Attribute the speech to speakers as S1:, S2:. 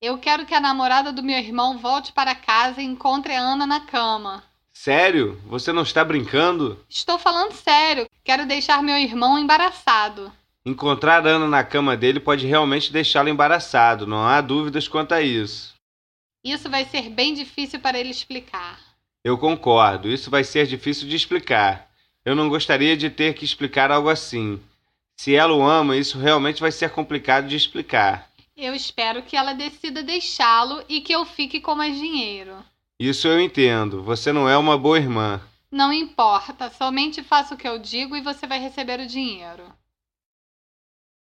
S1: Eu quero que a namorada do meu irmão volte para casa e encontre a Ana na cama.
S2: Sério? Você não está brincando?
S1: Estou falando sério. Quero deixar meu irmão embaraçado.
S2: Encontrar Ana na cama dele pode realmente deixá-lo embaraçado, não há dúvidas quanto a isso.
S1: Isso vai ser bem difícil para ele explicar.
S2: Eu concordo, isso vai ser difícil de explicar. Eu não gostaria de ter que explicar algo assim. Se ela o ama, isso realmente vai ser complicado de explicar.
S1: Eu espero que ela decida deixá-lo e que eu fique com mais dinheiro.
S2: Isso eu entendo. Você não é uma boa irmã.
S1: Não importa, somente faça o que eu digo e você vai receber o dinheiro.